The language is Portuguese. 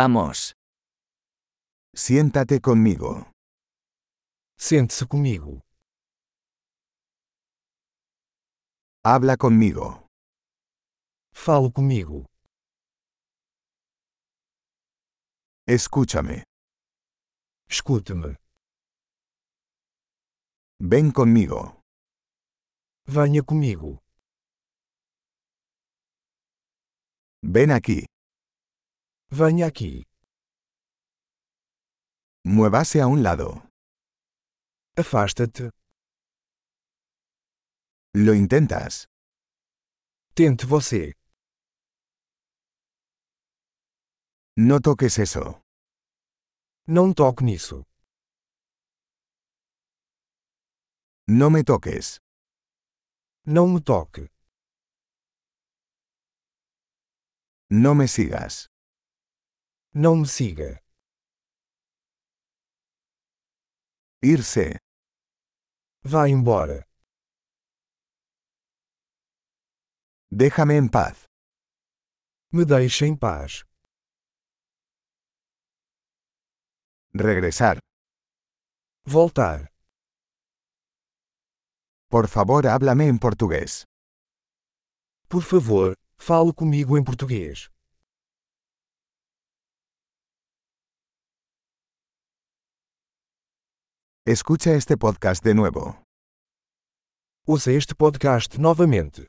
Vamos. Siéntate conmigo. Sente-se comigo. Habla conmigo. Fale comigo. Escúchame. Escute-me. Ven conmigo. Venha comigo. Ven aquí. Venha aqui. Muévase a un lado. Afasta-te. Lo intentas. Tente você. No toques eso. Não toque nisso. No me toques. Não me toque. No me sigas. Não me siga. Irse. Vá embora. Déjame en paz. Me deixe em paz. Regresar. Voltar. Por favor, háblame en portugués. Por favor, fale comigo em português. Escucha este podcast de nuevo. Ouça este podcast novamente.